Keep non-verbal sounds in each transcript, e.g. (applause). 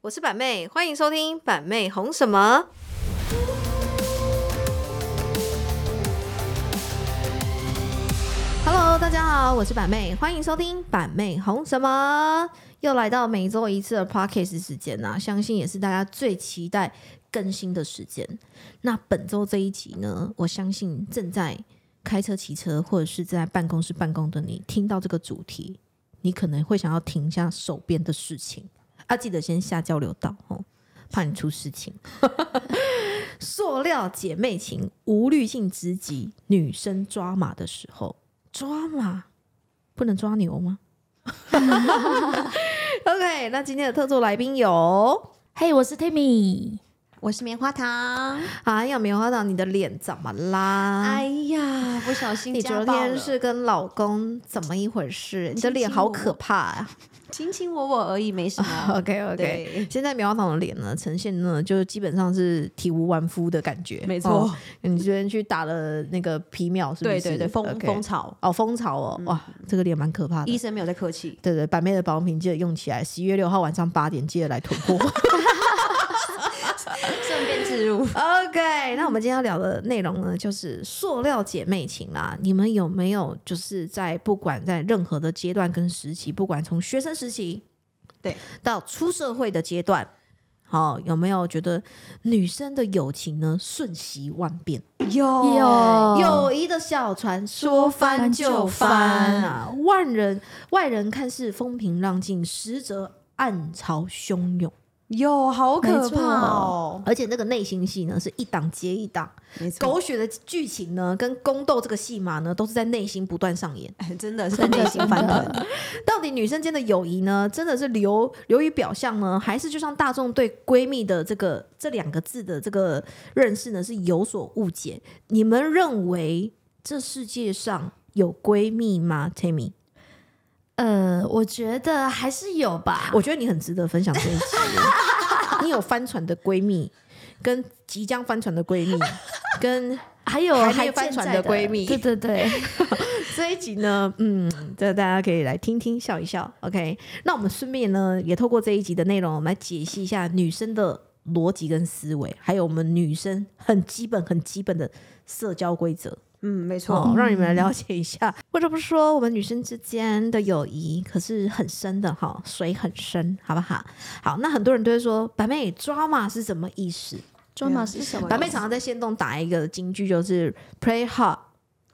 我是板妹，欢迎收听板妹红什么。Hello，大家好，我是板妹，欢迎收听板妹红什么。又来到每周一次的 Podcast 时间啦、相信也是大家最期待更新的时间。那本周这一集呢，我相信正在开车、骑车或者是在办公室办公的你，听到这个主题，你可能会想要停下手边的事情。啊，记得先下交流道哦，怕你出事情。塑料姐妹情，无滤性直击，女生抓马的时候，抓马不能抓牛吗？OK，那今天的特助来宾有，嘿我是 Timmy。我是棉花糖。哎呀，棉花糖，你的脸怎么啦？哎呀，不小心你昨家暴天了是跟老公怎么一回事？你的亲亲脸好我可怕啊卿卿我我而已，(laughs) 没什么。 ！OK OK，对，现在棉花糖的脸呢，呈现呢，就基本上是体无完肤的感觉。没错哦你昨天去打了那个皮秒，是不对是？对对，蜂 OK 蜂嗯巢，哦，蜂巢哦，哇，这个脸蛮可怕医的。生没有在客气。对对，板妹的保养品记得用起来，十一月六号晚上八点记得来囤货。顺便植入 OK，那我们今天要聊的内容呢，就是塑料姐妹情啦。你们有没有就是在不管在任何的阶段跟时期，不管从学生时期，对，到出社会的阶段，好、有没有觉得女生的友情呢瞬息万变？有有友谊的小船说翻就翻啊，万人外人看似风平浪静，实则暗潮汹涌。有，好可没错怕哦！而且那个内心戏呢，是一档接一档，没，狗血的剧情呢，跟宫斗这个戏码呢，都是在内心不断上演。哎真的是在内心翻腾。到底女生间的友谊呢，真的是流流于表象呢，还是就像大众对闺蜜的这个这两个字的这个认识呢，是有所误解？你们认为这世界上有闺蜜吗，Tammy？呃，我觉得还是有吧。我觉得你很值得分享这一集。 (laughs) 你有帆船的闺蜜，跟即将帆船的闺蜜，跟还有还没还翻健船在的闺蜜对对对，这一集呢，嗯，这大家可以来听听笑一笑。OK，那我们顺便呢，也透过这一集的内容，我们来解析一下女生的逻辑跟思维，还有我们女生很基本、很基本的社交规则，嗯，没错哦，，让你们来了解一下。为什么说我们女生之间的友谊可是很深的哈，水很深，好不好？好，那很多人都会说，白妹抓马是什么意思？抓马是什么？白妹常常在线动打一个金句，就是 play hard。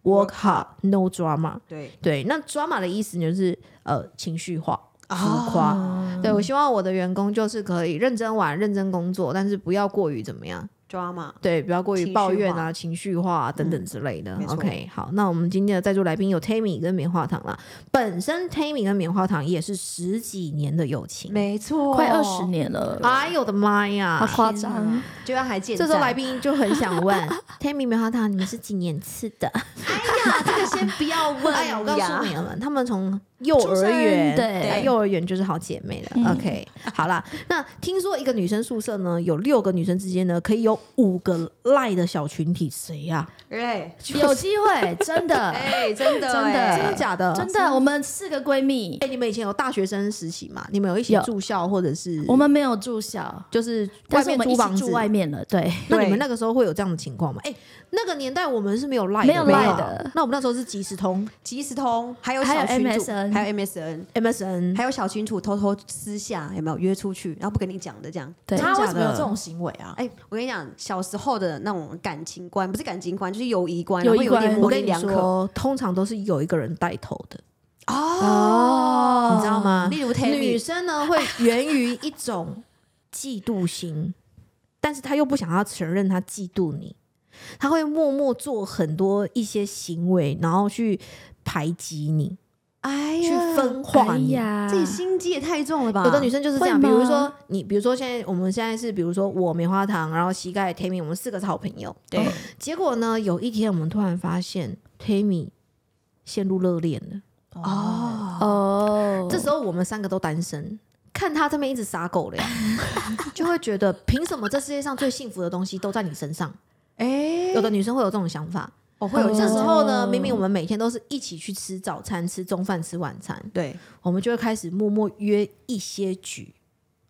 Work hard, no drama。对对，那 drama 的意思就是呃情绪化、浮啊夸。对我希望我的员工就是可以认真玩、认真工作，但是不要过于怎么样， ，drama 对，不要过于情绪嗯抱怨啊、情绪化啊等等之类的。没错 OK，好，那我们今天的在座来宾有 Tammy 跟棉花糖啦。本身 Tammy 跟棉花糖也是十几年的友情，没错，快二十，年了，哎呦我的妈好呀！夸张！居然还健在。这时候来宾就很想问 (laughs) Tammy 棉花糖，你们是几年次的？哎呀，这个先不要问哎呀，我告诉你们，他们从幼出儿生园对啊幼儿园就是好姐妹了。嗯 OK，好啦，那听说一个女生宿舍呢，有六个女生之间呢，可以有五个赖的小群体，谁呀、哎有机会，真 (laughs) 的，哎，真的真的哎 (laughs) 真的假的？真的，我们四个闺蜜哎、，你们以前有大学生时期嘛？你们有一起有住校或者是我们没有住校，就是但外是我面们租一房起子住？外面了。对，那你对们那个时候会有这样的情况吗？哎、那个年代我们是没有赖的，没有对吧赖的。那我们那时候是即时通、即时通，还有还有小群主， MSN 还有 MSN， MSN，还有小群主偷偷私下有没有约出去，然后不跟你讲的这样。对，真的假的行为啊？哎、我跟你讲，小时候的那种感情观，不是感情观，就是友谊观，友谊会有点观我模跟棱你两可说，通常都是有一个人带头的。哦你知道吗？例如女 Tammy，生呢会源于一种嫉妒 (laughs) 心，但是她又不想要承认她嫉妒你，她会默默做很多一些行为，然后去排挤你，哎去呀，分化哎你。呀，这心机也太重了吧？有的女生就是这样，比会吗如说你，比如说现在我们现在是，比如说我棉花糖，然后膝盖 Tammy，我们四个是好朋友。对结果呢，有一天我们突然发现 Tammy 陷入热恋了。哦，哦，这时候我们三个都单身，看他这边一直撒狗粮， (laughs) 就会觉得凭什么这世界上最幸福的东西都在你身上？哎、有的女生会有这种想法。我会有哦这这时时候候呢，明明我们每天都是一起去吃早餐、吃中饭、吃晚餐，对我们就会开始默默约一些局，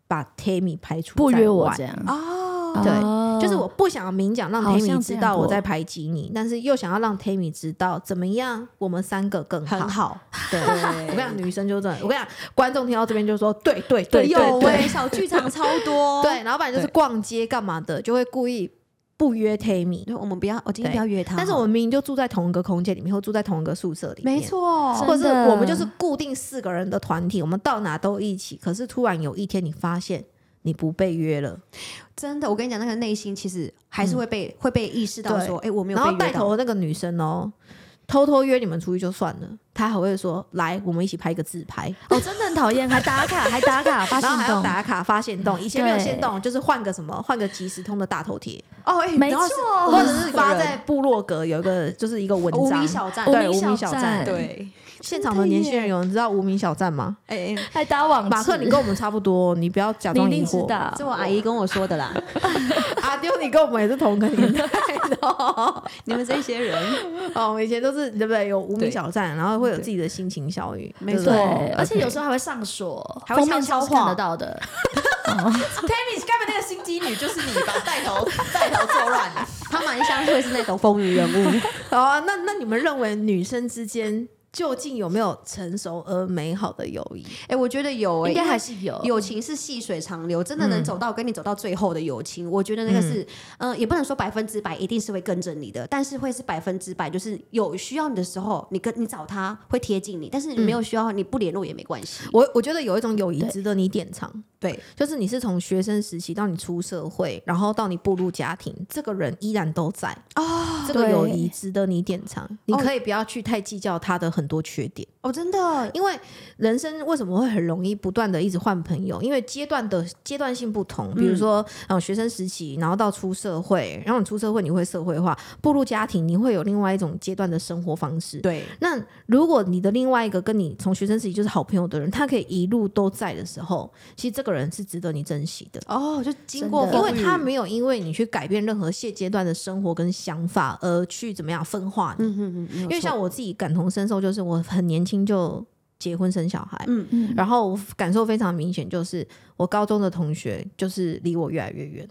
把 Tammy 排除不在约我啊外这样哦，对哦就是我不想要明讲让好像 Tammy 这知样道过我在排挤你，但是又想要让 Tammy 知道怎么样我们三个更好。很好。 (laughs) 对，我跟你讲，女生就这样。我跟你讲，观众听到这边就说对对对对对，有哎，对小剧场超 (laughs) 多。对，老板就是对逛街干嘛的，就会故意不约 Tammy。对，我们不要，我今天对不要约他。但是我们明明就住在同一个空间里面，或住在同一个宿舍里面，没错，真或者的是我们就是固定四个人的团体，我们到哪都一起。可是突然有一天，你发现你不被约了，真的，我跟你讲，那个内心其实还是会被、会被意识到对说，哎、我没有然被后带约头的到。那个女生哦，偷偷约你们出去就算了，她还会说：“来，我们一起拍个自拍。”哦，真的很讨厌，还打卡，还打卡，发 (laughs) 然后现还要动，打卡发现动，以前没有对现动，就是换个什么，换个即时通的大头贴，哦，哎、没然后是错或者是发在部落格有一个就是一个文无章名。小站，无对，名无名小小站站。对，现场的年轻人有人知道无名小站吗？哎、哎 (laughs) 还打网马克，址你跟我们差不多，你不要假你一装定疑知惑。道，啊这我阿姨跟我说的 (laughs) 啦。阿丢，你跟我们也是同个年代的哦。你们这些人，哦，我们以前都是对不对？有无名对小站，然后会有自己的心情小语，没对不错对对，而且有时候还会上锁，还会封面悄悄上是看话得到的。 Tammy，该不那个心机女就是你吧？带 (laughs) 头带头作乱，啊她蛮像会是那种风云人物。好啊，那那你们认为女生之间究竟有没有成熟而美好的友谊？ (laughs) 哎、我觉得有、哎，应该因为还是有友情是细水长流，真的能嗯走到跟你走到最后的友情，我觉得那个是，嗯、呃，也不能说百分之百一定是会跟着你的，但是会是百分之百，就是有需要你的时候，你跟你找他会贴近你，但是你没有需要，你不联络也没关系。我我觉得有一种友谊对值得你典藏，对，就是你是从学生时期到你出社会，然后到你步入家庭，这个人依然都在哦。这个对友谊值得你典藏，你可以不要去太计较他的很多缺点，哦，真的，因为人生为什么会很容易不断的一直换朋友？因为阶段的阶段性不同，比如说嗯、呃学生时期，然后到出社会，然后你出社会你会社会化，步入家庭你会有另外一种阶段的生活方式。对，那如果你的另外一个跟你从学生时期就是好朋友的人，他可以一路都在的时候，其实这个人是值得你珍惜的，哦，就经真过的因风雨，为他没有因为你去改变任何现阶段的生活跟想法而去怎么样分化你。嗯嗯嗯，因因为像我自己感同身受，就是我很年轻就结婚生小孩，嗯嗯，然后我感受非常明显，就是我高中的同学就是离我越来越远，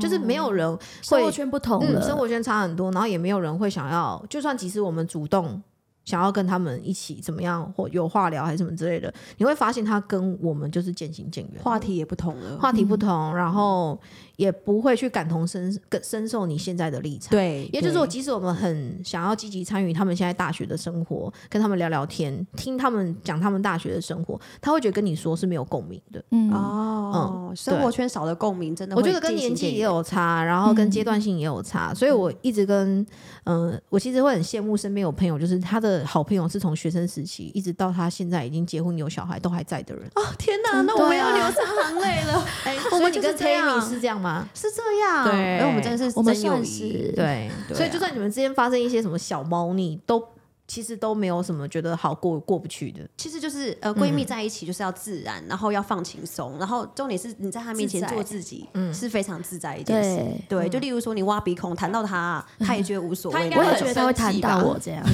就是没有人哦生会活圈不同嗯，了，生活圈差很多，然后也没有人会想要，就算即使我们主动想要跟他们一起怎么样，或有话聊还是什么之类的，你会发现他跟我们就是渐行渐远，话题也不同了，话题嗯不同，然后也不会去感同身跟深受你现在的立场。，对，也就是对说，即使我们很想要积极参与他们现在大学的生活，跟他们聊聊天，听他们讲他们大学的生活，他会觉得跟你说是没有共鸣的。嗯，哦，生对活圈少了共鸣，真的我会觉渐得行渐跟远，年纪也有差，然后跟阶段性也有差，所以我一直跟嗯、呃我其实会很羡慕身边有朋友，就是他的好朋友是从学生时期一直到他现在已经结婚有小孩都还在的人。哦，天哪，真那我的们要啊流伤行泪了，哎、(laughs) 所我以们你就是跟这样 Tammy 是这样啊吗？是这样，对哎我们真的是我们真友算谊，是，对，对所以啊就算你们之间发生一些什么小猫腻，都其实都没有什么觉得好过过不去的。其实就是呃，闺蜜嗯在一起就是要自然，然后要放轻松，然后重点是你在她面前自在做自己，嗯是非常自在一件事。对，对，就例如说你挖鼻孔弹到她，她也觉得无所嗯她谓应。该我会也很觉得他会谈到我这样，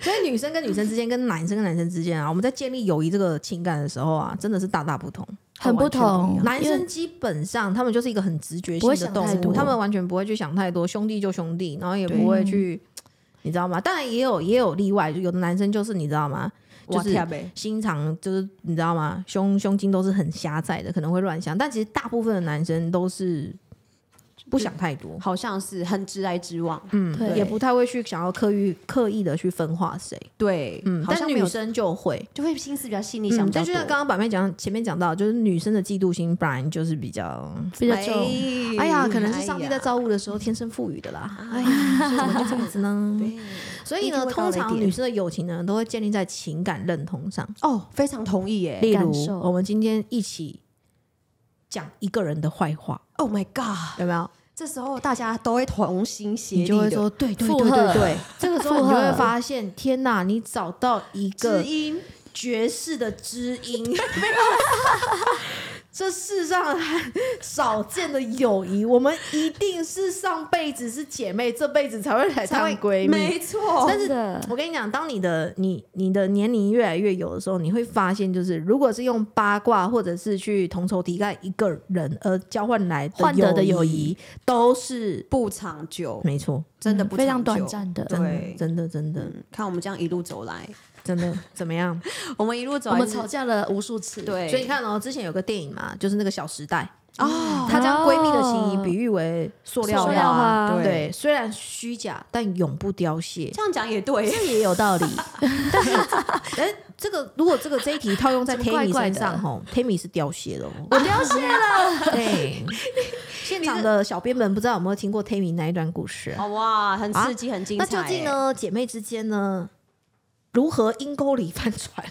所以女生跟女生之间，跟男生跟男生之间啊，我们在建立友谊这个情感的时候啊，真的是大大不同。很不同，男因为生基本上他们就是一个很直觉嗯不性的会想动太物，多他们完全不会去想太多，兄弟就兄弟，然后也对不会去，你知道吗？当然也有也有例外，就有的男生就是你知道吗？就哇是天呗，心肠就是你知道吗？胸胸襟都是很狭窄的，可能会乱想，但其实大部分的男生都是不想太多，好像是很直来直往。嗯对，也不太会去想要刻意刻意的去分化谁，对，嗯，好但像没女有生就会。就会心思比较细腻，嗯，想比较但就像刚刚板妹讲前面讲到，就是女生的嫉妒心本来就是比较比较重，重哎呀，可能是上帝在。哎呀造物的时候天生赋予的啦。哎哎呀呀，怎么就这样子呢？对所以一呢，定会到通雷常点女生的友情呢，都会建立在情感认同上。哦，非常同意耶例如感受，我们今天一起讲一个人的坏话， ！Oh my god！有没有？这时候大家都会同心协力你的，就会说对对附对对和对。这个时候附你就会和发现，天哪，你找到一知个音绝世的知音。 (laughs) 这世上还少见的友谊，我们一定是上辈子是姐妹，这辈子才会来当闺蜜。没错，但真是的我跟你讲，当你的你你的年龄越来越有的时候，你会发现，就是如果是用八卦或者是去同仇敌忾一个人而交换来换得的友友谊谊，都是不长久，没错，真的不非常长短久。暂的。真的对真的真的嗯看我们这样一路走来，真的怎么样？ (laughs) 我们一路走我来们是，吵架了无数次，，对，所以你看哦，之前有个电影嘛，就是那个《小时代》，哦，他将闺蜜的情谊比喻为塑料啊塑料花，花对虽然虚假，但永不凋谢。这样讲也 (laughs) 对，这也有道理，但是，哎，这个如果这个这一题套用在怎么怪 Tammy 怪身的上，吼，Tammy 是凋谢了哦，我凋谢了。 (laughs) 对，现场的小编们不知道有没有听过 Tammy 那一段故事？啊哦哇，很刺激，很精那彩。究竟？呢，姐妹之间呢，如何阴沟里翻 (laughs) 船？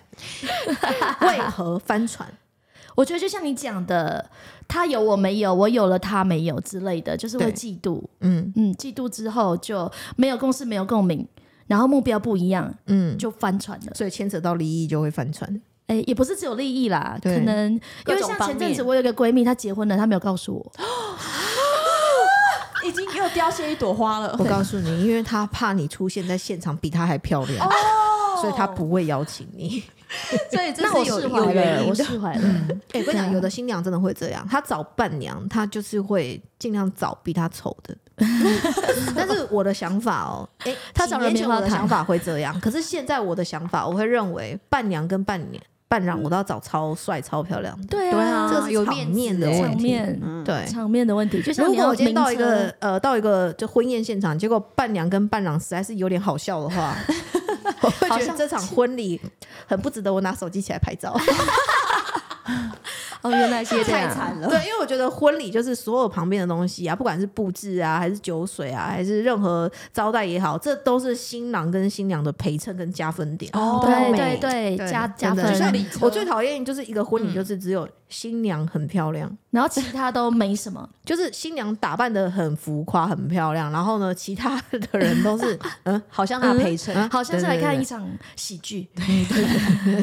为何翻船？我觉得就像你讲的，他有我没有，我有了他没有之类的，就是会对嫉妒。嗯嗯，嫉妒之后就没有共识，没有共鸣，然后目标不一样，嗯，就翻船了。所以牵扯到离异就会翻船。哎、也不是只有利益啦，对可能因各为种像方前阵子面我有一个闺蜜，她结婚了，她没有告诉我。已经又凋谢一朵花了 (laughs) 我。告诉你，因为他怕你出现在现场比他还漂亮，所以他不会邀请你。所以这那我是有释有怀原了，因我的。释怀哎、了。我跟你对讲，啊有的新娘真的会这样，她找伴娘，她就是会尽量找比她丑 (laughs) 的。但是我的想法哦，哎、她几找了年前棉花我的糖想法会这样，可是现在我的想法，我会认为伴娘跟伴娘伴郎，我都要找超帅、超漂亮的。对对啊，啊这个是有场面子面的欸问场题。面、嗯对，场面的问题，就像 (laughs) 如你果要我今天名到一车个呃到一个就婚宴现场，结果伴娘跟伴郎实在是有点好笑的 (laughs) 话，我会觉好得像这场婚礼很不值得我拿手机起来拍 (laughs) 照。哦，原来是也这太样，惨了，对，因为我觉得婚礼就是所有旁边的东西啊，不管是布置啊，还是酒水啊，还是任何招待也好，这都是新郎跟新娘的陪衬跟加分点。哦对美对对，加加真的就像分，礼车嗯我最讨厌就是一个婚礼，就是只有新娘很漂亮，然后其他都没什么，就是新娘打扮的很浮夸、很漂亮，然后呢，其他的人都是嗯，好像那陪衬。啊好像是对来对看对一场喜 (laughs) 剧。对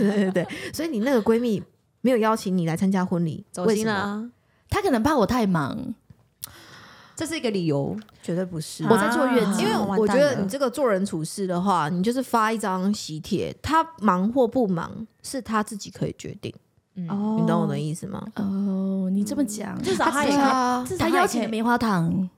对对，所以你那个闺蜜没有邀请你来参加婚礼，走为心什么了、，啊，她可能怕我太忙，这是一个理由。绝对不是。我在坐月子因为啊我完觉蛋得了你这个做人处事的话，你就是发一张喜帖，他忙或不忙是他自己可以决定，哦你懂我的意思吗？哦，你这么讲，至少他也对可以啊，至少她也可以邀请了棉花糖，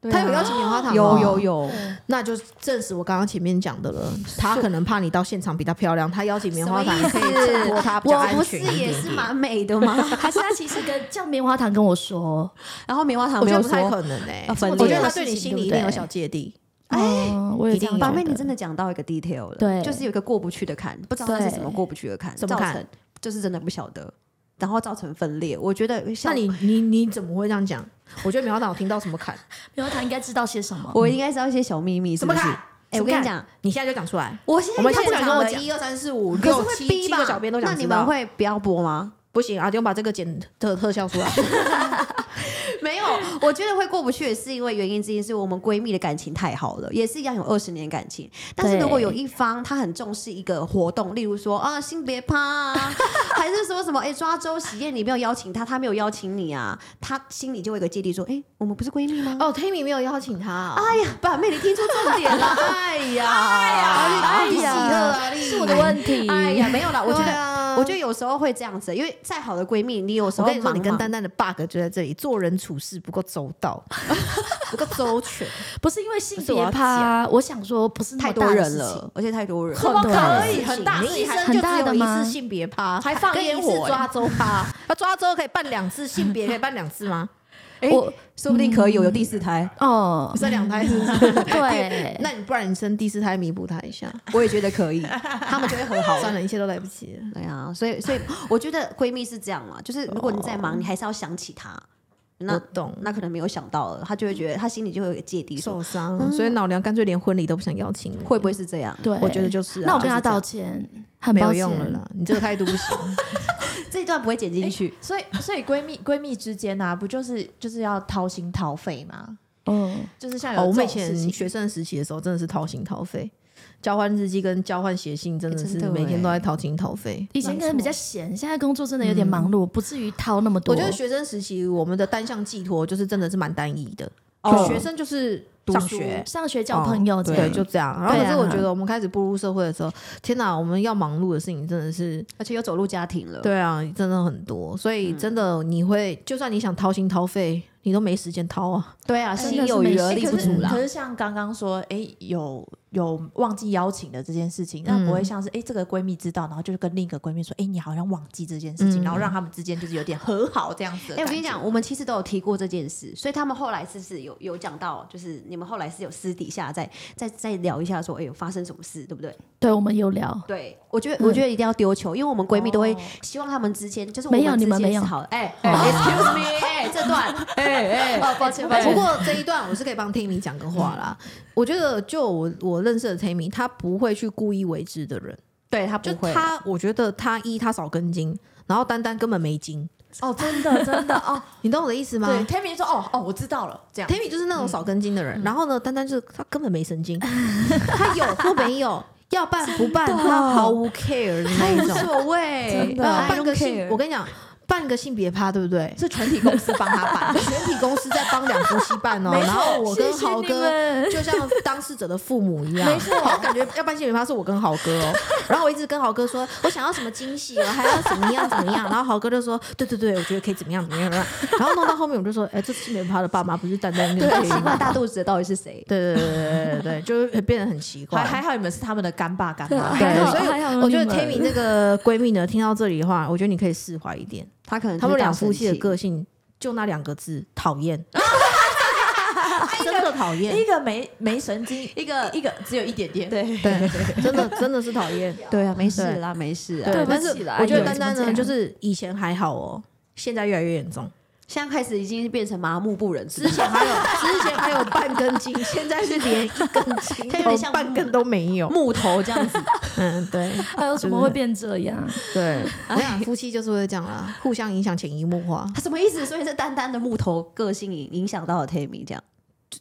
对啊他有嗯邀请棉花糖有吗有，有，那就证实我刚刚前面讲的了。他可能怕你到现场比他漂亮，他邀请棉花糖 (laughs) 什么意可思以衬托他比较我安不是全一也点是点。蛮美的吗？还是她其实跟 (laughs) 叫棉花糖跟我说，哦然后棉花糖我没觉有得不太说，可能哎、要分我裂觉得的他事对你情心对里不一定有对小芥蒂。哎，我也一这定有样觉板妹，得你真的讲到一个 detail 了，对就是有一个过不去的坎，不知道它是对什么过不去的坎，怎么造看成就是真的不晓得，然后造成分裂。我觉得像那 (laughs) 你你你怎么会这样讲？我觉得棉花糖有听到什么 (laughs) 坎？棉花糖应该知道些什么。我应该知道一些小秘密，是什不么是？坎？哎，我跟你讲，你现在就讲出来。我现我在们要现讲场我的讲一二三四五可是六会七逼七吧？个小编都想那你知们道。会不要播吗？不行，阿丢把这个剪特特效出来。 (laughs) 没有，我觉得会过不去，也是因为原因之一是我们闺蜜的感情太好了，也是一样有二十年感情。但是对如果有一方她很重视一个活动，例如说啊性别趴、啊，还是说什么哎、 (laughs) 抓周喜宴你没有邀请她，她没有邀请你啊，她心里就会有一个芥蒂，说哎、我们不是闺蜜吗？哦，Tammy 没有邀请他、哦。哎呀，把妹你听出重点 (laughs) 了，哎呀，哎哎呀，是我的问题。哎呀，没有啦，我觉对得。啊我觉得有时候会这样子，因为再好的闺蜜，你有我时候跟你说，忙你跟嘛丹丹的 bug 就在这里，做人处事不够周 (laughs) 到，不够周 (laughs) 全。不是因为性是我别要怕，我想说不是那太么多大的人事情，了，而且太多人，很多人可以很大事牺牲，情就很只大有的一吗次性别趴，还放跟烟一火次欸抓周趴。那抓周可以办两次，性别可以办两次吗？哎嗯我说不定可以有有第四胎，哦，生两 (laughs) 胎是不是？ (laughs)，对那你不然你生第四胎弥补他一下， (laughs) 我也觉得可以，他们就会和 (laughs) 好算了。了，一切都来不及了。对啊，所以所以我觉得闺蜜是这样嘛，就是如果你在忙，你还是要想起她。我那懂，那可能没有想到了，她就会觉得她心里就会有一个芥蒂，说受伤，所以老娘干脆连婚礼都不想邀请你。会不会是这样？对，我觉得就是啊、那我跟他道歉，歉，很没有抱歉用了啦，你这个态度不行。这一段不会剪进去。所 (laughs) 以，所以闺蜜闺蜜之间啊，不就是就是要掏心掏肺吗？嗯，就是像有哦，我这们以种事前情，学生时期的时候真的是掏心掏肺，交换日记跟交换写信真的欸是真的每天欸都在掏心掏肺。以前可能比较闲，现在工作真的有点忙嗯碌，不至于掏那么多。我觉得学生时期我们的单向寄托就是真的是蛮单一的，哦就学生就是读上学。哦上学交朋哦友这样，对，就这样。然后可对啊是我觉得我们开始步入社会的时候，天哪，我们要忙碌的事情真的是，而且又走入家庭了。对啊，真的很多。所嗯以真的你会，就算你想掏心掏肺，你都没时间掏啊。对啊，真心的是有没余而事力可不是足啦哎可。是像刚刚说，哎、有有忘记邀请的这件事情，那嗯不会像是哎、诶这个闺蜜知道，然后就是跟另一个闺蜜说，哎、你好像忘记这件事嗯情，然后让他们之间就是有点和好这样子。哎、我跟你，讲，我们其实都有提过这件事，所以他们后来是不是有有讲到，就是你们后来是有私底下再再再聊一下说，哎、有发生什么事，对不对？对我们有聊，对，我觉得我觉得一定要丢球，因为我们闺蜜都会希望她们之间就是我没有们你之们间没有是好的，哎、哎 excuse me，哎、这段，哎 (laughs) 哎，抱歉不过这一段我是可以帮 Timmy 讲个话啦。嗯我觉得就我我认识的 Timmy，他不会去故意为之的人，对她不就会，他，我觉得他一他少根筋，然后丹丹根本没筋，哦，真的真的哦，你懂我的意思吗？对，Tammy 说，哦哦，我知道了，这 (laughs) 样 t a m m y 就是那种少根筋的嗯人，然后呢，丹丹就是他根本没神经，他有或没有，要办不办，他毫无 care 的那一无种。所谓真，的然后 I 办个 don't 性， care 我跟你讲，办个性别趴，对不对？是全体公 (laughs) 司帮他办的。全体公司在帮两夫妻办哦，没错然后我跟豪谢谢你哥们就像当事者的父母一样，然后感觉要办性别趴是我跟豪哥哦，然后我一直跟豪哥说，我想要什么惊喜，我还要怎么样怎么样，然后豪哥就说，对对对，我觉得可以怎么样怎么样，然后弄到后面我就说，哎，这性别趴的爸妈不是丹丹跟对， Terry 奇吗怪大肚子的到底是谁？对对对对对对，就是变得很奇怪还。还好你们是他们的干爸干妈，还对，好所还好以有我觉得你们 Tammy 这个闺蜜呢，听到这里的话，我觉得你可以释怀一点。她可能他们两夫妻的歌，个性就那两个字，讨 (laughs) 厌，真的讨哎厌一，个没没神经，一个一个只有一点点，对对，真的真的是讨厌。对啊，没事啦，没事啊。对，不但是起啦我觉得哎呦丹丹怎么这呢，样就是以前还好哦，现在越来越严 (laughs) 重。现在开始已经变成麻木不仁，之之前 (laughs) 还有之前还有半根筋，现在是 (laughs) 连一根筋它有点都像哦半根都没 (laughs) 有。木头这样子，嗯，对还哎有什么会变这 (laughs) 样？对，我想夫妻就是会这样啊啦，互相影响，潜移默化。什么意思？所以是单单的木头个性影影响到了 Tammy 这样。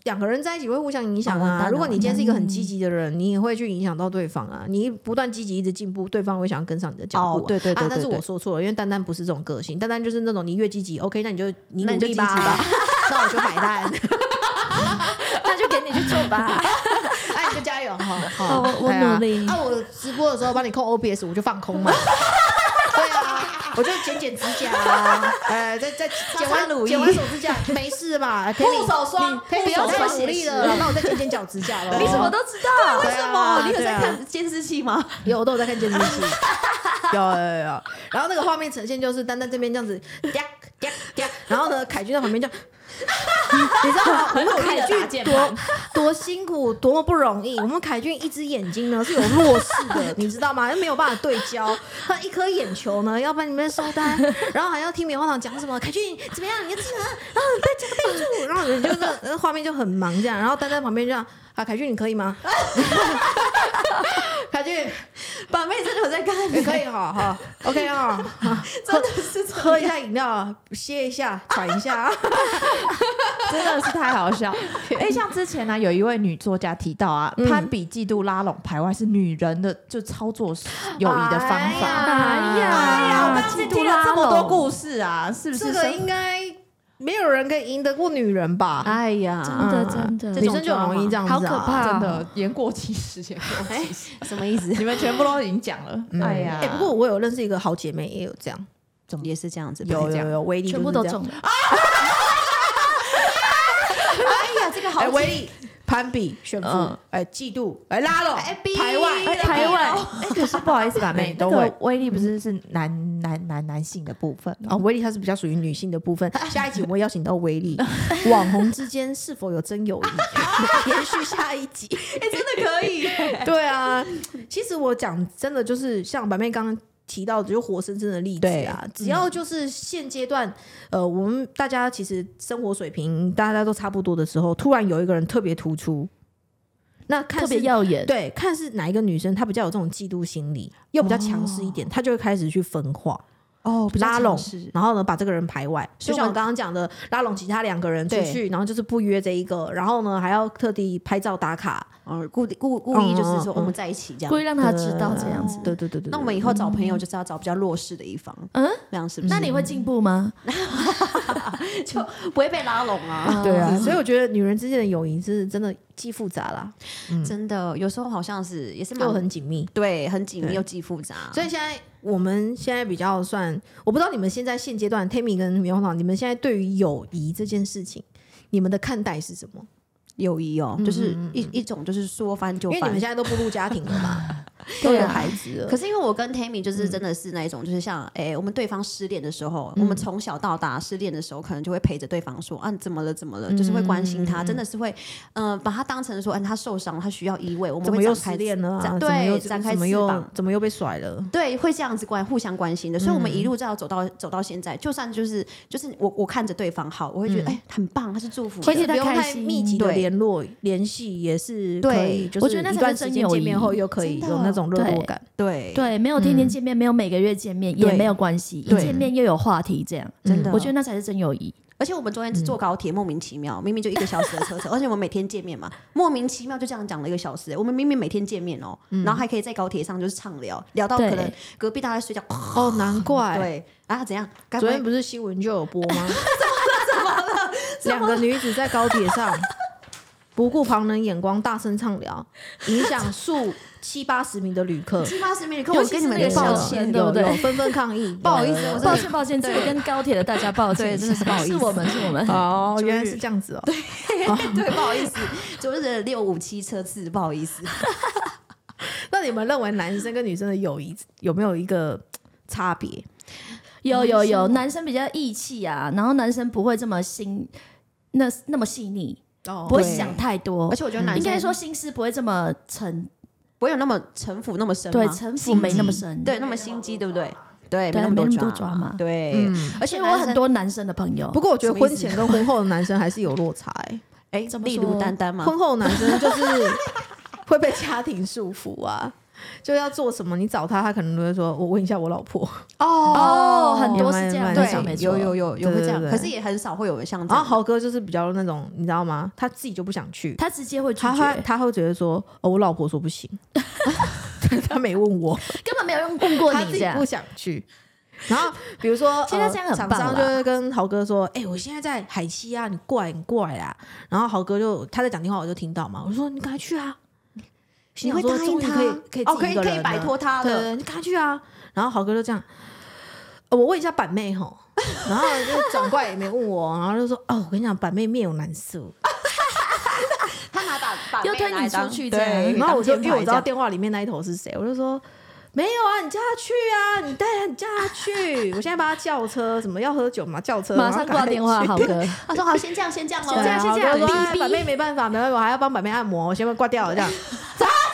两个人在一起会互相影响哦完蛋啊。了如果你今天是一个很积极的人，你也会去影响到对方啊。你不断积极一直进步，对方会想要跟上你的脚步啊、哦对对对啊对，但是对我说错了，因为丹丹不是这种个性，丹丹就是那种你越积极，OK，那你就你努那你就力积极吧 (laughs) 那我就买 (laughs) 单，那就给你去做吧。哎，你就加油哈。好好我我对啊努力啊，我直播的时候帮你控 OBS，我就放空 (laughs) 嘛。对啊，我就剪剪指甲 (laughs) 啊，呃，再再剪擦乳完液剪完手指甲没事 (laughs) 吧？可以护手霜你可以不要护手再霜努力了，那我再剪剪脚指 (laughs) 甲了。 (laughs) 你怎么都知道？对啊为什么？你有对在啊看监视器吗？有，我都有在看监视器。有有有有，然后那个画面呈现就是丹丹这边这样子，嗲嗲嗲，然后呢，凯军在旁边这样， (laughs) 你知道吗？我们凯打军键多多辛苦，多么不容易。我们凯军一只眼睛呢是有弱视的，你知道吗？又没有办法对焦，他一颗眼球呢要帮你们收单，然后还要听棉花糖讲什么，凯军怎么样？你要记得，然后再加个备注，然后你就那那画面就很忙这样，然后丹丹旁边这样啊，凯军你可以吗？ (laughs) 凯军。把妹真的有在看，也哎可以哈哈，OK (laughs) 啊，真的是这样喝一下饮料，歇一下，喘一 (laughs) 下。真的是太好 (laughs) 笑。哎、像之前呢、有一位女作家提到啊，嗯攀比、嫉妒、拉拢、排外是女人的就操作友谊的方哎法。呀哎呀，我哎们呀，今天嫉妒听了拉这么多拢故事啊，是不这是？个应该没有人可以赢得过女人吧？哎呀，真的嗯真啊的女生就很容易这样子啊，好可怕真的言过其实，言 (laughs) 过其实，什么意思？你们全部都已经讲了。嗯。哎呀，哎，不过我有认识一个好姐妹，也有这样，也是这样子，有有有，威力全部都就是这样中。了。啊哎呀，这个好哎，威力。攀比、炫富嗯，哎，嫉妒，哎，拉拢，哎逼排外，哎排排外外。哎，可是不好意思，把妹，嗯都那会个威力不是是男男男男性的部分哦，威力她是比较属于女性的部 (laughs) 分。下一集我们会邀请到威力，网红之间是否有真友谊？ (laughs) 延续下一集。哎，真的 (laughs) 可以，对啊，其实我讲真的，就是像白妹刚刚提到的，就活生生的例子啊。只要就是现阶段，呃，我们大家其实生活水平大家都差不多的时候，突然有一个人特别突出，那看特别是耀眼，对，哦看是哪一个女生她比较有这种嫉妒心理，又比较强势一点，她就会开始去分化。哦，比较拉常拢识，然后呢把这个人排外。就所以我像们我刚刚讲的，拉拢其他两个人出对去，然后就是不约这一个，然后呢还要特地拍照打卡，嗯，故故故意就是说嗯嗯我们在一起这样故。意让他知道这样子。对对对对。那我们以后找朋友就是要找比较弱势的一方，嗯嗯，这样是不是？那你会进步吗？就不会被拉拢啊？对啊，所以我觉得女人之间的友谊是真的既复杂啦，真的，有时候好像是也是又蛮嗯很紧密。对，很紧密对又既复杂，所以现在我们现在比较算，我不知道你们现在现阶段 Tammy 跟棉花糖，你们现在对于友谊这件事情，你们的看待是什么？友谊哦，就是嗯一一种就是说翻就因为你翻们现。在都步入家庭了 (laughs) 嘛，都对啊有孩子了，可是因为我跟 Tammy 就是嗯真的是那一种，就是像哎、我们对方失恋的时候，我们从小到大失恋的时候，可能就会陪着对方说啊，怎么了，怎么嗯了，就是会关心他，真的是会，嗯、把他当成说，嗯、他受伤，他需要依偎，我们怎么会又展失开恋了、啊？展怎么又对，展开怎么翅又膀。怎么又被甩了？对，会这样子关互相关心的，所以嗯我们一路这样走到、走到现在，就算就是就是我我看着对方好，我会觉嗯得哎、很棒，他是祝福的，而且不用他开太心密集的对联络联系也是可以，对就我是觉得那一才段是时真间友见面谊后又可以真有的那种热络对感。对对，没有天天见面，没有每个月见面嗯也对没有关系，一对见面又有话题，这样真的我觉得那才是真友谊。而且我们昨天只坐高铁，莫名其妙，明明就一个小时的车程，而且我们每天见面嘛，莫名其妙就这样讲了一个小时。我们明明每天见面哦，然后还可以在高铁上就是畅聊，聊到对可能隔壁大家睡觉。哦，难怪，对啊，怎样？该不昨会天不是新闻就有播吗？ (laughs) 两个女子在高铁上。不顾旁人眼光，大声畅聊，影响数七八十名的旅客。七八十米，可尤我其跟是你们那个抱小歉。时有对不对有纷纷抗议，不好意思有有我真的 (laughs) 抱歉，(laughs) 抱歉，这个跟高铁的大家抱歉对一下， (laughs) 真的是不好意思是我们是我们。哦，原来是这样子哦。对，不好意思，昨日的六五七车次，不好意思。那你们认为男生跟女生的友谊有没有一个差别？有嗯有有，男生比较义气啊，然后男生不会这么心那那么细腻，哦不会对想太多而，且我觉得男应生该说心思不会这么沉，不会有那么城府那么深嘛，对，城府没那么深，对，那么心机，对不对？对，对没那么没那么多抓抓嘛对，而所且以我男很生多男生的朋友，不过我觉得什么意婚思前跟婚后的男生还是有落差 (laughs) 欸。哎，怎么例如说丹丹嘛，婚后的男生 (laughs) 就是会被家庭束缚啊，就要做什么你找他，他可能都会说：“我问一下我老婆。哦，很也多蛮是这样，蛮没像错的没对，有错，有有有会对这样，对对可是也很少会有人像”这然后样。豪哥就是比较那种，你知道吗？他自己就不想去，他直接会拒他会绝，他会觉得说：“哦，我老婆说不 (laughs) 行，他没问我，根本没有人问过他你自这己样不。想去。”然后，比如 (laughs) 说，现在呃这样很厂棒商啦就会跟豪哥说：“哎、我现在在海西啊，你过来，你过来啊。”然后豪哥就他在讲电话，我就听到嘛，我说：“你赶快去啊！”你会想说答应终于他，可以可以哦，自己一可以个可以人摆了脱他对的。对，你赶快去啊！然后豪哥就这样，呃我问一下板妹吼，然后就转过来也没问我，然后就说哦，我跟你讲，板妹面有难色。他拿把把又妹推来你出当去这样对，然后我就当因为我知道箭牌这样电话里面那一头是谁，我就说。没有啊，你叫他去啊，你带他，你叫他去。我现在帮他叫车，什么要喝酒嘛，叫车。马上挂电话，(laughs) 豪哥。他说好，先这样，先这样喽，对啊，先这然样后我就说哔哎板妹没办法，没办法，我还要帮板妹按摩，我先挂掉了这样。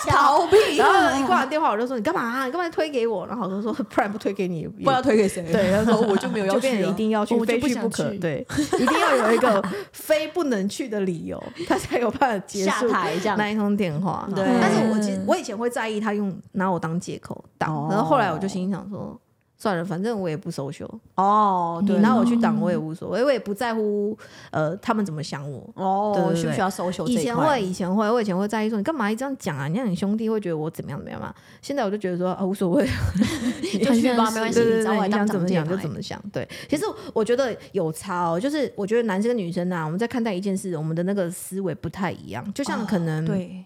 逃 (laughs) 避然 (laughs) 后一挂完电话，我就说你干嘛啊、你干嘛推给我？然后我就说不然不推给你，也不知道推给谁。对，他说我就 (laughs) 没有就要去变成啊一定要去，我就非不去想不可，去对，一定要有一 (laughs) 个非不能去的理由，他才有办法结下束台这样。那一通电话。嗯对但是我其实我以前会在意他用拿我当借口挡，然后后来我就心想说。算了，反正我也不收修，哦，你对，拿我去挡我也无所谓，我也不在乎呃他们怎么想我。对对哦，对需不需要收修？以前会，，以前会，我以前会在意说你干嘛一这样讲啊？你让你兄弟会觉得我怎么样怎么样嘛？现在我就觉得说啊无所谓，你就 (laughs) 去吧，很像是没关系，对对你对找我对，你当想怎长嗯么箭想就牌怎。么想。对，其实我觉得有差哦，就是我觉得男生跟女生啊，我们在看待一件事，我们的那个思维不太一样。就像可能、哦对，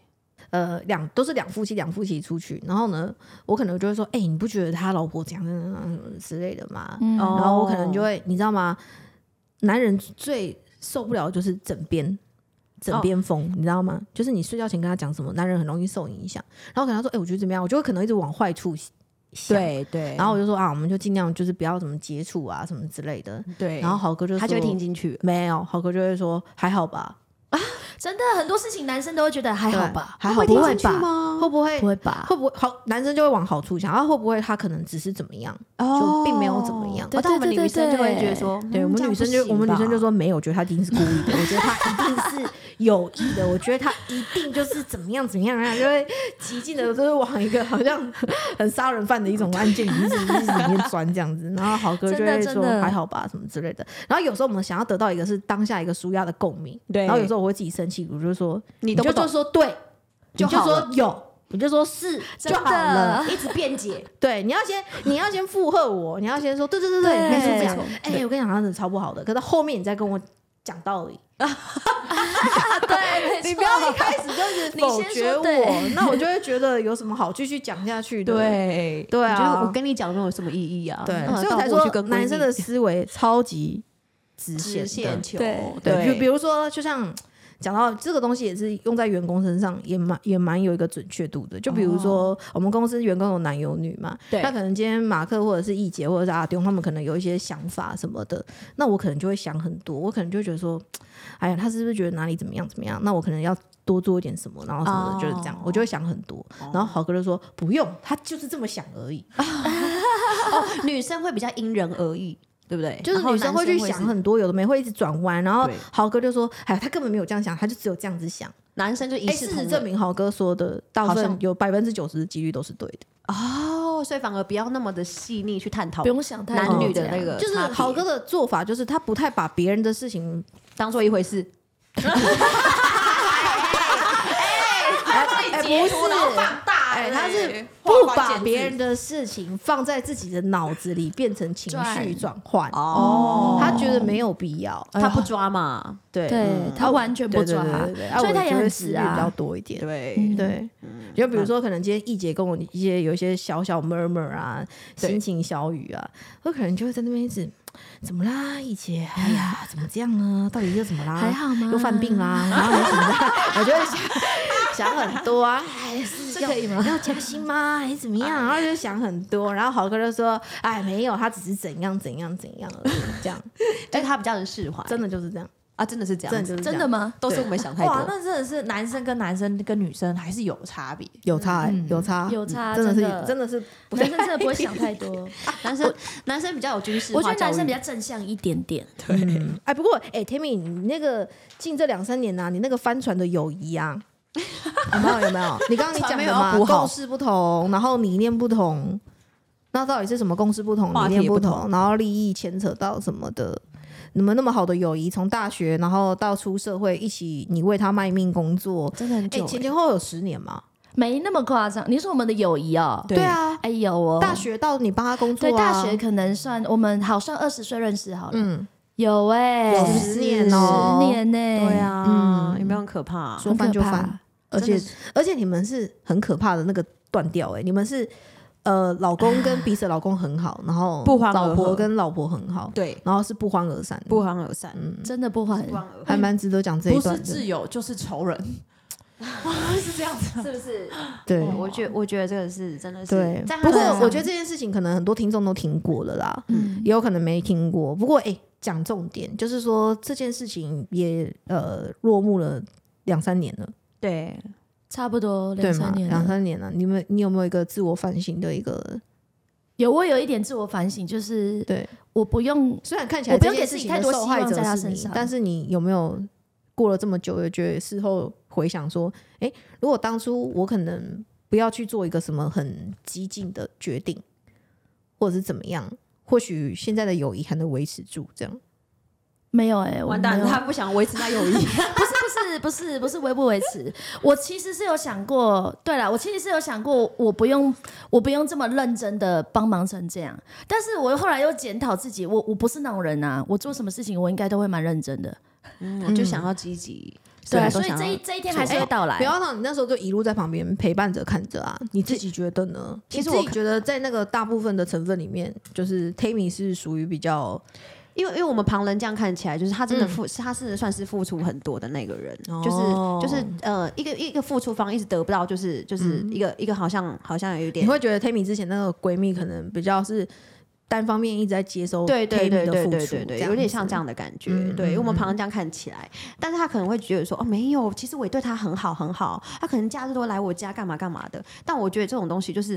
呃两都是两夫妻，两夫妻出去，然后呢，我可能就会说，哎、你不觉得他老婆怎样怎样怎样怎样之类的吗？嗯然后我可能就哦会，你知道吗？男人最受不了的就是枕边。哦枕边风，你知道吗？就是你睡觉前跟他讲什么，男人很容易受影响。然后可能他说：“哎、我觉得怎么样？”我就会可能一直往坏处想。对对，然后我就说啊，我们就尽量就是不要怎么接触啊，什么之类的。对，然后豪哥就他就会说听进去。没有，豪哥就会说还好吧。真的很多事情男生都会觉得还好吧，还好听不会进去吧？吗？会不会不会吧？会不会好？男生就会往好处想，啊，会不会他可能只是怎么样，就并没有怎么样？对哦但我们对对女生对就会觉得说，对嗯我们这样女不生就我们女行生就 (laughs) 吧说没有，我觉得他一定是故意的，我觉得他一定是有意的，我觉得他一定就是怎么样怎么样啊，就会极尽的都是往一个好像很杀人犯的一种案件里面一直一直里面钻这样子，然后好哥就真的会真说的还好吧什么之类的，然后有时候我们想要得到一个是当下一个舒压的共鸣，对然后有时候我会自己生气，我就说你你都就不就懂，说对，你就就好说了有，你就说是就真好了。的一直辩解，对，你要先你要先附和我，你要先说对对对对，对没错没错没。哎、我跟你讲，他真的超不好的，可是后面你再跟我讲道理，对， (laughs) 你不要一开始就是你否先决说对我，那我就会觉得有什么好继续讲下去的。对，对我觉得啊，我跟你讲那有什么意义啊？对，嗯所以我倒才不如去说跟闺男生蜜的思维超级直线直的线球，对对，就对比如说，就像讲到这个东西，也是用在员工身上，也蛮也蛮有一个准确度的。就比如说，我们公司员工有男有女嘛，对那可能今天马克或者是易杰或者是阿丢，他们可能有一些想法什么的，那我可能就会想很多，我可能就会觉得说，哎呀，他是不是觉得哪里怎么样怎么样？那我可能要。多做一点什么，然后什么的，就是这样，我就会想很多。然后豪哥就说：“不用，他就是这么想而已。女生会比较因人而异，对不对？就是女生会去然后男想生是，很多，有的没会一直转弯。然后对豪哥就说：‘哎呀，他根本没有这样想，他就只有这样子想。’男生就一哎，事视同实仁证明，豪哥说的大部好分像有百分之九十的几率都是对的。哦，所以反而不要那么的细腻去探讨 (laughs) 不用想太多男女的那个，就是豪哥的做法，就是他不太把别人的事情，当做一回事，哎，哎不是，大哎，他是不把别人的事情放在自己的脑子里，变成情绪转换。哦他觉得没有必要，他不抓 (laughs) 嘛，对对嗯他完全不对对抓对对对啊所以我他也就会很思直虑啊比较多一点。对对，嗯哎就比如说，可能今天易姐跟我一些有一些小小 murmur 啊，对心情小雨啊，我可能就会在那边一直，怎么啦，易姐？哎呀，怎么这样呢？到底又怎么啦？还好吗又犯病啦？然后又怎么啦？我就会想想很多啊，哎，是可以吗？要加薪吗？还是怎么样？然后就想很多，然后豪哥就说，哎，没有，他只是怎样怎样怎样而已，这样，就是他比较能释怀，真的就是这样，啊，真的是这真的样就是这子，真样的吗？都是我们想太哇， (laughs) 多。那真的是男生跟男生跟女生还是有差别。有差欸，有差，有差，真的真是真的是不男生真的不会想太多。 (laughs) 男生男生比较有军事化我觉得男生比较较正向一点点，嗯哎，不过哎，Timmy，你那个近这两三年呐、你那个帆船的友谊啊，有没有？有没有？你刚刚你讲船没的有嘛，要补好共识不同，然后理念不同，那到底是什么共识不同、话理题念不不同同，然后利益牵扯到什么的？你们那么好的友谊，从大学然后到出社会，一起你为他卖命工作，真的很哎，前前后后有十年嘛？没那么夸张。你说我们的友谊哦，对啊，哎有哦，大学到你帮他工作、啊，对大学可能算我们好像二十岁认识好了，嗯，有哎，有十十年哦，年呢，对啊，有没有很可怕？说翻就很可翻怕，而且而且你们是很可怕的那个断掉哎、欸你们是呃老公跟彼此的老公很好，然后不欢而老婆合跟老婆很好，对，然后是不欢而散的，嗯不哎欢而散，真的不还不欢而还散，蛮值得讲这一不是段挚的，友就是仇人，是这样子。 (laughs) 是不是？对。哦我觉我觉得这个是真的是对在，他不过身上我觉得这件事情可能很多听众都听过了啦，嗯也有可能没听过。不过，哎、讲重点就是说这件事情也呃落幕了两三年了，对差不多对两吗三？年两了。三年了，你们你有没有一个自我反省的一个？有我有一点自我反省，就是对，我不用虽然看起我来不这用件给事自己情太的多受希害望者在他是身你上但是你有没有过了这么久，也觉得事后回想说，哎、如果当初我可能不要去做一个什么很激进的决定，或者是怎么样，或许现在的友谊还能维持住，这样没有哎，我完蛋没了，有他不想维持那友 (laughs) 谊，不是不是不是不是维不维持， (laughs) 我其实是有想过，对了，我其实是有想过，我不用我不用这么认真的帮忙成这样，但是我后来又检讨自己，我我不是那种人啊，我做什么事情我应该都会蛮认真的，嗯，就想要积极，对啊，什所么以哎都想这要一这一天还是会到来不，要让你那时候就一路在旁边陪伴着看着啊，你自己觉得呢？其实你自我己觉得在那个大部分的成分里面，就是 Tammy 是属于比较因为因为我们旁人这样看起来，就是他真的嗯付，是他是算是付出很多的那个人，哦就是就是呃，一个一个付出方一直得不到，就是就是一个、一个好像好像嗯有你点会觉得 Tammy 之前那个闺蜜可能比较是单方面一直在接收对对 Tammy 对的对付对出对对，这有点像子这样的感觉。嗯对，因为我们嗯旁人这样看起来，但是他可能会觉得说，哦，没有，其实我也对他很好很好，他可能假日都会来我家干嘛干嘛的。但我觉得这种东西就是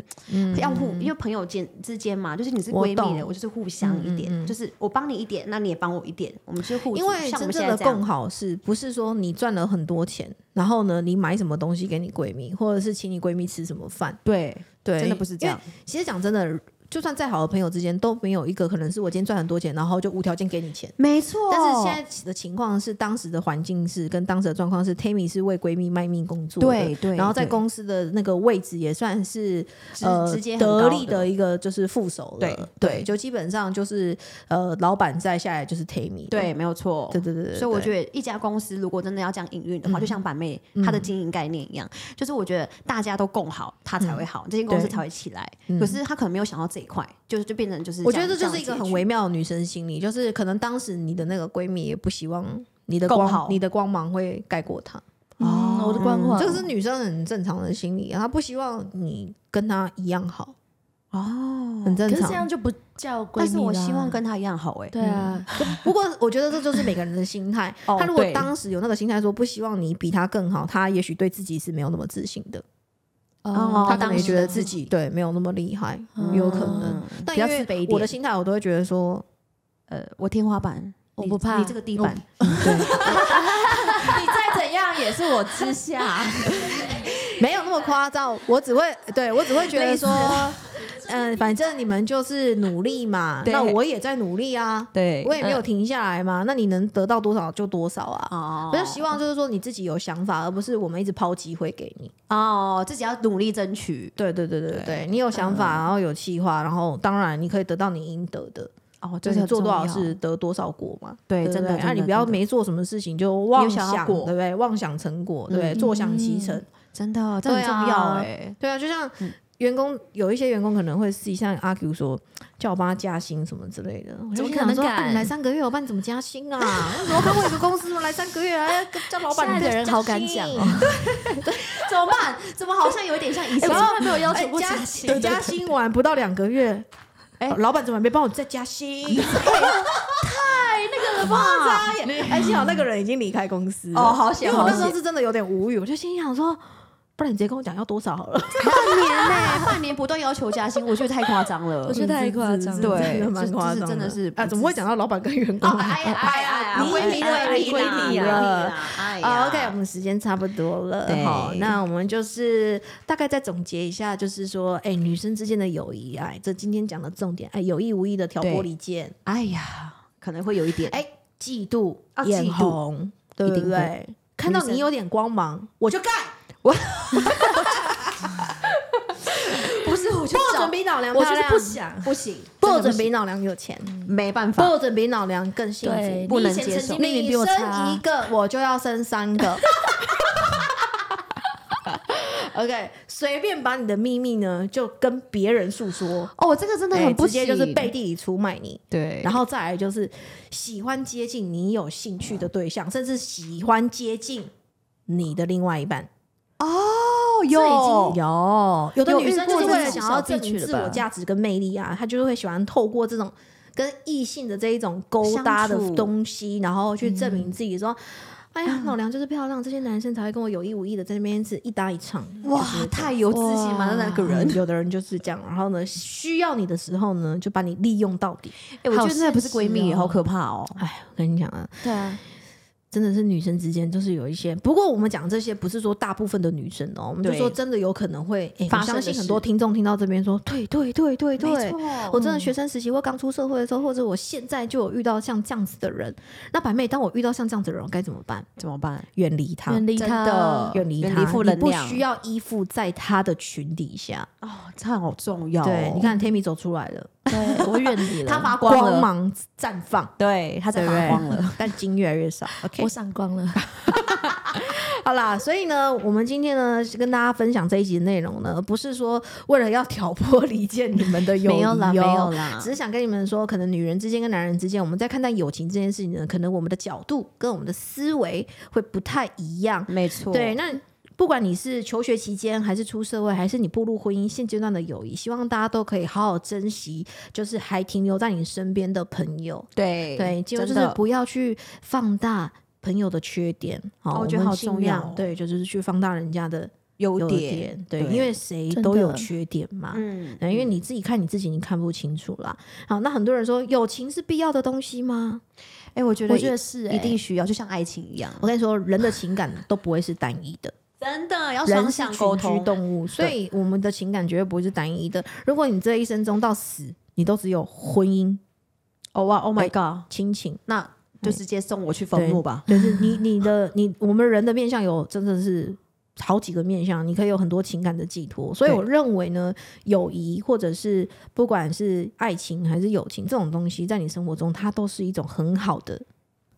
要互，因为朋友间之间嘛，就是你是嗯我闺蜜的，懂嗯我就是互相一点，就是我帮你一点，那你也帮我一点，我们就是互助，因为像我真们现正在的这样共好是不是说你赚了很多钱，然后呢，你买什么东西给你闺蜜，或者是请你闺蜜吃什么饭？对，对，真的不是这样。。其实讲真的，就算再好的朋友之间，都没有一个可能是我今天赚很多钱，然后就无条件给你钱。没错，但是现在的情况是，当时的环境是跟当时的状况是，Tammy 是为闺蜜卖命工作的，对对然后在对公司的那个位置也算是直呃直接很得高力的一个就是副手了，对对，对就基本上就是呃老板在下来就是 Tammy，了对，没有错，对对对对，所以我得觉得一家公司如果真的要这样营运的话，就像板妹她的经营概念一样，就是我觉得大家都共好，它才会好，这间公司对才会起来。可是她可能没有想到这一块，就是就变成就是样，我觉得这这就是一个很微微妙的女生心理，就是可能当时你的那个闺蜜也不希望你的更光好你的光芒会盖过她。嗯，我的官话，这个哦是女生很正常的心理啊，她不希望你跟她一样好，哦。很正可是常。这样就不叫闺蜜啦但是我希望跟她一样好哎、对啊，嗯不过我觉得这就是每个人的心态。哦她如果对当时有那个心态说不希望你比她更好，她也许对自己是没有那么自信的，哦她可能也觉得自己己对没有那么厉害，有可能。嗯，但比因较自卑为一我的点。心态，我都会觉得说，呃，我天花板，我你不怕你这个地板， (laughs) 你再怎样也是我之下。没有那么夸张，我只会对我只会觉得 (laughs) 说， (laughs) 嗯、反正你们就是努力嘛，对那我也在努力啊，对嗯我也没有停下来嘛，那你能得到多少就多少啊。哦我就希望就是说你自己有想法，而不是我们一直抛机会给你。哦，自己要努力争取对对对对对，你有想嗯法，然后有计划，然后当然你可以得到你应得的，哦，就这是很做多少重要事得多少果嘛。对不真的真那的啊你不要真的没做什么事情就妄想要想，对果不对？妄想成果，对不对？坐享其成，真的，这很对重啊要哎、对啊，就像员工、有一些员工可能会私底下阿 Q 说，叫我帮他加薪什么之类的，我怎就么心可想能说，啊敢你来三个月，我帮你怎么加 (laughs) 薪啊？为什么跟我一个公司来三个月来叫老板现在的人加好敢薪讲哦 (laughs) 怎么办？怎么好像有一点像以哎前？我从来没有要哎求过加加对薪，加薪完不到两个月。 (laughs) 哎、哎老板怎么没帮我再加薪？怎么办？ (laughs) 哎，幸好那个人已经离开公司了哦好险因为我那好时候险是真的有点无语，我就心想说，不然你直接跟我讲要多少好了。半年呢、 (laughs) 半年不断要求加 (laughs) 薪，我觉得太夸张了。 (laughs) 我觉得太夸张了，对，嗯真对的蛮这夸这是张真的是啊，不怎么自会讲到老板跟员工？哦哎呀哎呀哎呀，你闺蜜哎闺闺蜜啦蜜闺蜜了啦，哎呀啊、o k 我们时间差不多了，对好，那我们就是大概再总结一下，就是说，哎、女生之间的友谊，哎，这今天讲的重点，哎，有意无意的挑拨离间，哎呀，可能会有一点哎、嫉妒、啊眼嫉妒红，对一不定对？看到你有点光芒，我就干，不是，我就不找准比老娘我漂就亮，是不想，不行，不准比老娘有钱，没办法，不准比老娘更幸对，福。不能你以前接曾经受明明你比我生差一， (laughs) 个，我就要生三个。OK，随便把你的秘密呢，就跟别人诉说，哦，这个真的哎很不直接行，就是背地里出卖你。对，然后再来就是喜欢接近你有兴趣的对象，甚至喜欢接近你的另外一半。哦这已经有有有的有女生遇就过是这为了种想要小地证明区的自我吧价值跟魅力啊，她就是会喜欢透过这种跟异性的这一种勾搭的相处嗯东西，然后去证明自己说。哎呀，老娘就是漂亮，这些男生才会跟我有意无意的在那边是一搭一唱。哇，太有自信嘛，那个人嗯，有的人就是这样，然后呢，需要你的时候呢，就把你利用到底。哎，我觉好得那不是现闺实蜜，哦好可怕哦，哎，我跟你讲啊，(laughs) 对啊，真的是女生之间就是有一些，不过我们讲这些不是说大部分的女生哦，我们就对说真的有可能会，哎，发我生的相信很多事听众听到这边说，对对对对对，我错，真的学生时期或刚出社会的时候，或者我现在就有遇到像这样子的人，那白妹，当我遇到像这样子的人，我该怎么办？怎么办？远离他，远离真他的远离他，远离负能量你不需要依附在他的群底下。哦，这样好重要哦，对，你看 Tammy 走出来了，对我远 (laughs) 离了，他发光光了，芒绽放，对，他在对不发对光了，， (laughs) 但金越来越少。OK，我闪光了， (laughs) 好啦，所以呢，我们今天呢是跟大家分享这一集的内容呢，不是说为了要挑拨离间你们的友谊、哦，没有啦没有啦只是想跟你们说，可能女人之间跟男人之间，我们在看待友情这件事情呢，可能我们的角度跟我们的思维会不太一样。没错，对，那。不管你是求学期间，还是出社会，还是你步入婚姻现阶段的友谊，希望大家都可以好好珍惜，就是还停留在你身边的朋友。对对，结果就真是的不要去放大朋友的缺点，好，哦我我觉得们好尽重量要哦对，就是去放大人家的优优点，点，对，对因为谁真都有的缺点嘛，嗯对，因为你自己看你自己，你看不清楚啦。好，那很多人说友情是必要的东西吗？哎，我觉得我觉得是、欸，一定需要，就像爱情一样，我跟你说，人的情感都不会是单一的，真的要人双是向群沟居通。动物，所以我们的情感绝对不会是单一的。如果你这一生中到死，你都只有婚姻、哎哦哇，Oh my god，亲情，那嗯就直接送我去坟墓吧。就是你 (laughs) 你的你我们人的面相有真的是好几个面相，你可以有很多情感的寄托。所以对我认为呢，友谊或者是不管是爱情还是友情这种东西，在你生活中它都是一种很好的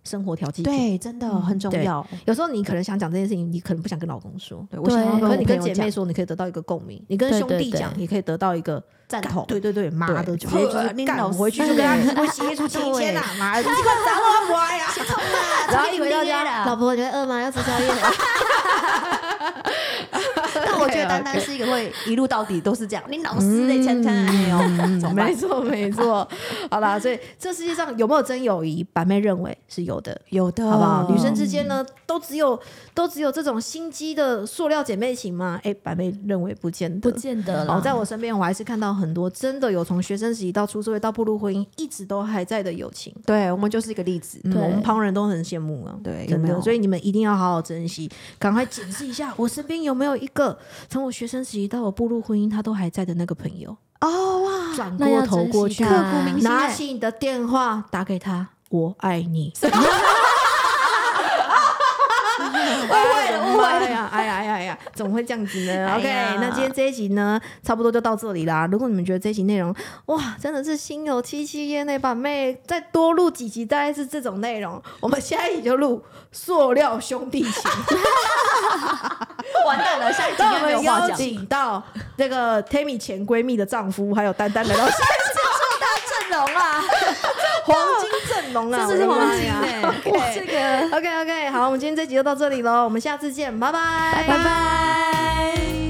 生活调剂。，对，真的很重嗯对要。有时候你可能想讲这件事情，你可能不想跟老公说。对，我想要对跟可我你跟朋姐友妹讲说，你可以得到一个共鸣；你跟对兄对弟对讲，也可以得到一个 (laughs) 赞同，对对对，妈的，对直接就呃是你干，老我回去就师跟他我协助对亲签 (laughs) 啊，妈的，你给我砸我瓜 (laughs) 啊呀！ (laughs) 然后一回到家，老婆，你会饿吗？要吃宵夜吗？但我觉得丹丹是一个会一路到底都是这样，你老师嗯在前前哎呦，怎么办没？错，没错。好啦，所以这世界上有没有真友谊，板妹认为是有的，有的，好不好？女生之间呢，都只有都只有这种心机的塑料姐妹情吗？哎，板妹认为不见不得。见得哦，了。在我身边，我还是看到很多真的有从学生时期到出社会到步入婚姻，一直都还在的友情。对我们就是一个例子。嗯，对我们旁人都很羡慕啊，对真有没的，有所以你们一定要好好珍惜，赶快检视一下，我身边有没有一个从我学生时期到我步入婚姻，他都还在的那个朋友，哦哇，转那要过头珍惜过去，啊他刻骨铭啊心拿欸起你的电话打给他，我爱你。误会了，误会了！哎呀，哎呀，哎呀，哎呀，怎么会这样子呢哎？OK，呀那今天这一集呢，差不多就到这里啦。如果你们觉得这一集内容哇，真的是心有戚戚焉内把妹，再多录几集，大概是这种内容。我们下一集就录塑料兄弟情，完蛋了，下一集 (laughs) 应那我该没有们话邀讲。请到这个 Tammy 前闺蜜的丈夫，还有丹丹来到现场阵容啊，黄金阵容啊，这是我的黄妈金呀 (laughs) 哎，哇这个 OK OK，好，我们今天这集就到这里喽，我们下次见，拜拜，拜。